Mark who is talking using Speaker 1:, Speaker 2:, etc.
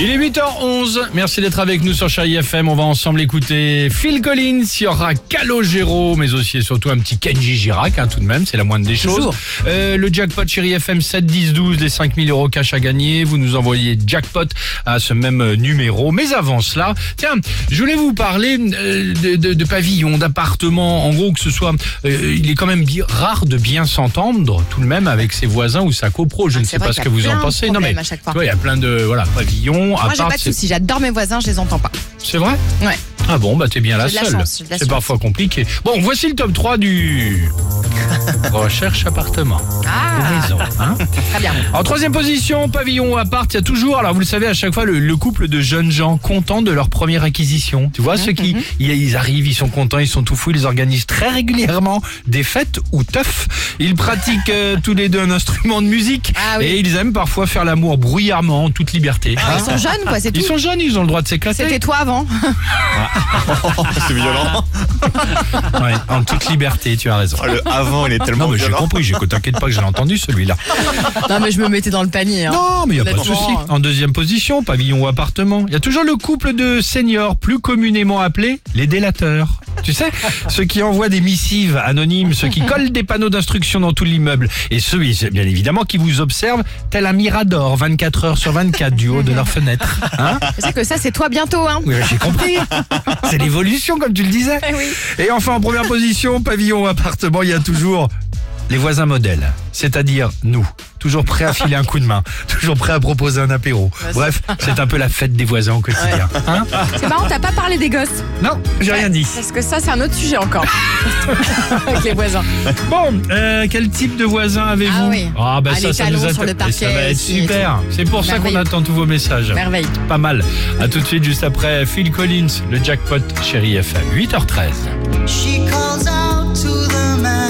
Speaker 1: Il est 8h11, merci d'être avec nous sur Chérie FM, on va ensemble écouter Phil Collins, il y aura Calogero, mais aussi et surtout un petit Kenji Girac hein, tout de même, c'est la moindre des choses.
Speaker 2: Toujours.
Speaker 1: Euh, le jackpot Chérie FM 7, 10, 12, les 5000 euros cash à gagner, vous nous envoyez jackpot à ce même euh, numéro. Mais avant cela, tiens, je voulais vous parler euh, de, de- de pavillons, d'appartements, en gros que ce soit, euh, il est quand même bi- rare de bien s'entendre tout de même avec ses voisins ou sa copro, je
Speaker 2: Ah,
Speaker 1: ne
Speaker 2: c'est
Speaker 1: sais
Speaker 2: vrai
Speaker 1: pas ce
Speaker 2: qu'il y
Speaker 1: que
Speaker 2: a
Speaker 1: vous en
Speaker 2: plein de
Speaker 1: pensez. Non mais,
Speaker 2: problèmes à chaque fois.
Speaker 1: tu vois, il y a plein de voilà, pavillons,
Speaker 2: Moi, j'ai
Speaker 1: apparts,
Speaker 2: pas de
Speaker 1: c'est-
Speaker 2: soucis, j'adore mes voisins, je les entends pas.
Speaker 1: c'est vrai
Speaker 2: Ouais.
Speaker 1: Ah bon, bah t'es bien la
Speaker 2: J'ai de la
Speaker 1: seule.
Speaker 2: chance, j'ai de la
Speaker 1: C'est
Speaker 2: chance.
Speaker 1: parfois compliqué. Bon, voici le top 3 du... Recherche appartement.
Speaker 2: Ah,
Speaker 1: Maison, hein
Speaker 2: très bien.
Speaker 1: en troisième position, pavillon ou appart, il y a toujours, alors vous le savez, à chaque fois, le, le couple de jeunes gens contents de leur première acquisition. Tu vois, ceux qui
Speaker 2: Mhm,
Speaker 1: ils, ils arrivent, ils sont contents, ils sont tout fous, ils organisent très régulièrement des fêtes ou teufs. Ils pratiquent euh, tous les deux un instrument de musique
Speaker 2: Ah oui. Ah
Speaker 1: et ils aiment parfois faire l'amour bruyamment, en toute liberté.
Speaker 2: Ils sont jeunes, quoi, c'est
Speaker 1: Ils
Speaker 2: tout.
Speaker 1: sont jeunes, ils ont le droit de
Speaker 2: C'était
Speaker 1: s'éclater.
Speaker 2: toi avant.
Speaker 3: C'est violent.
Speaker 1: Ouais, en toute liberté, tu as raison.
Speaker 3: Oh, le avant, il est tellement
Speaker 1: Ah. Non mais j'ai
Speaker 3: violent.
Speaker 1: compris, j'ai t'inquiète pas que j'ai entendu celui-là.
Speaker 2: Non, mais je me mettais dans le panier. hein.
Speaker 1: Non, mais il n'y a pas de
Speaker 2: Honnêtement,
Speaker 1: souci.
Speaker 2: hein.
Speaker 1: En deuxième position, pavillon ou appartement, il y a toujours le couple de seniors, plus communément appelés les délateurs. Tu sais, ceux qui envoient des missives anonymes, ceux qui collent des panneaux d'instruction dans tout l'immeuble, et ceux, bien évidemment, qui vous observent tel un mirador 24 heures sur 24 du haut de leur fenêtre. Hein
Speaker 2: Je sais que ça, c'est toi bientôt, hein.
Speaker 1: oui, j'ai compris. C'est l'évolution, comme tu le disais.
Speaker 2: Eh oui.
Speaker 1: Et enfin, en première position, pavillon ou appartement, il y a toujours les voisins modèles, c'est-à-dire nous, toujours prêts à filer un coup de main, toujours prêts à proposer un apéro.
Speaker 2: Bah,
Speaker 1: Bref, c'est un peu la fête des voisins au quotidien. Hein
Speaker 2: C'est marrant, t'as pas parlé des gosses.
Speaker 1: non, j'ai rien dit.
Speaker 2: Parce que ça, c'est un autre sujet encore. Avec les voisins.
Speaker 1: Bon, euh, quel type de voisin avez-vous
Speaker 2: Ah oui.
Speaker 1: bah
Speaker 2: Ah,
Speaker 1: ça,
Speaker 2: les
Speaker 1: ça
Speaker 2: talons
Speaker 1: nous a-
Speaker 2: sur le
Speaker 1: Et
Speaker 2: parquet
Speaker 1: Ça va être
Speaker 2: aussi et
Speaker 1: super. C'est pour ça qu'on
Speaker 2: Merveilleux.
Speaker 1: attend tous vos messages.
Speaker 2: Merveille.
Speaker 1: Pas mal. À tout de suite, juste après Phil Collins, le jackpot chéri FM, 8h13.
Speaker 4: She calls out to the man.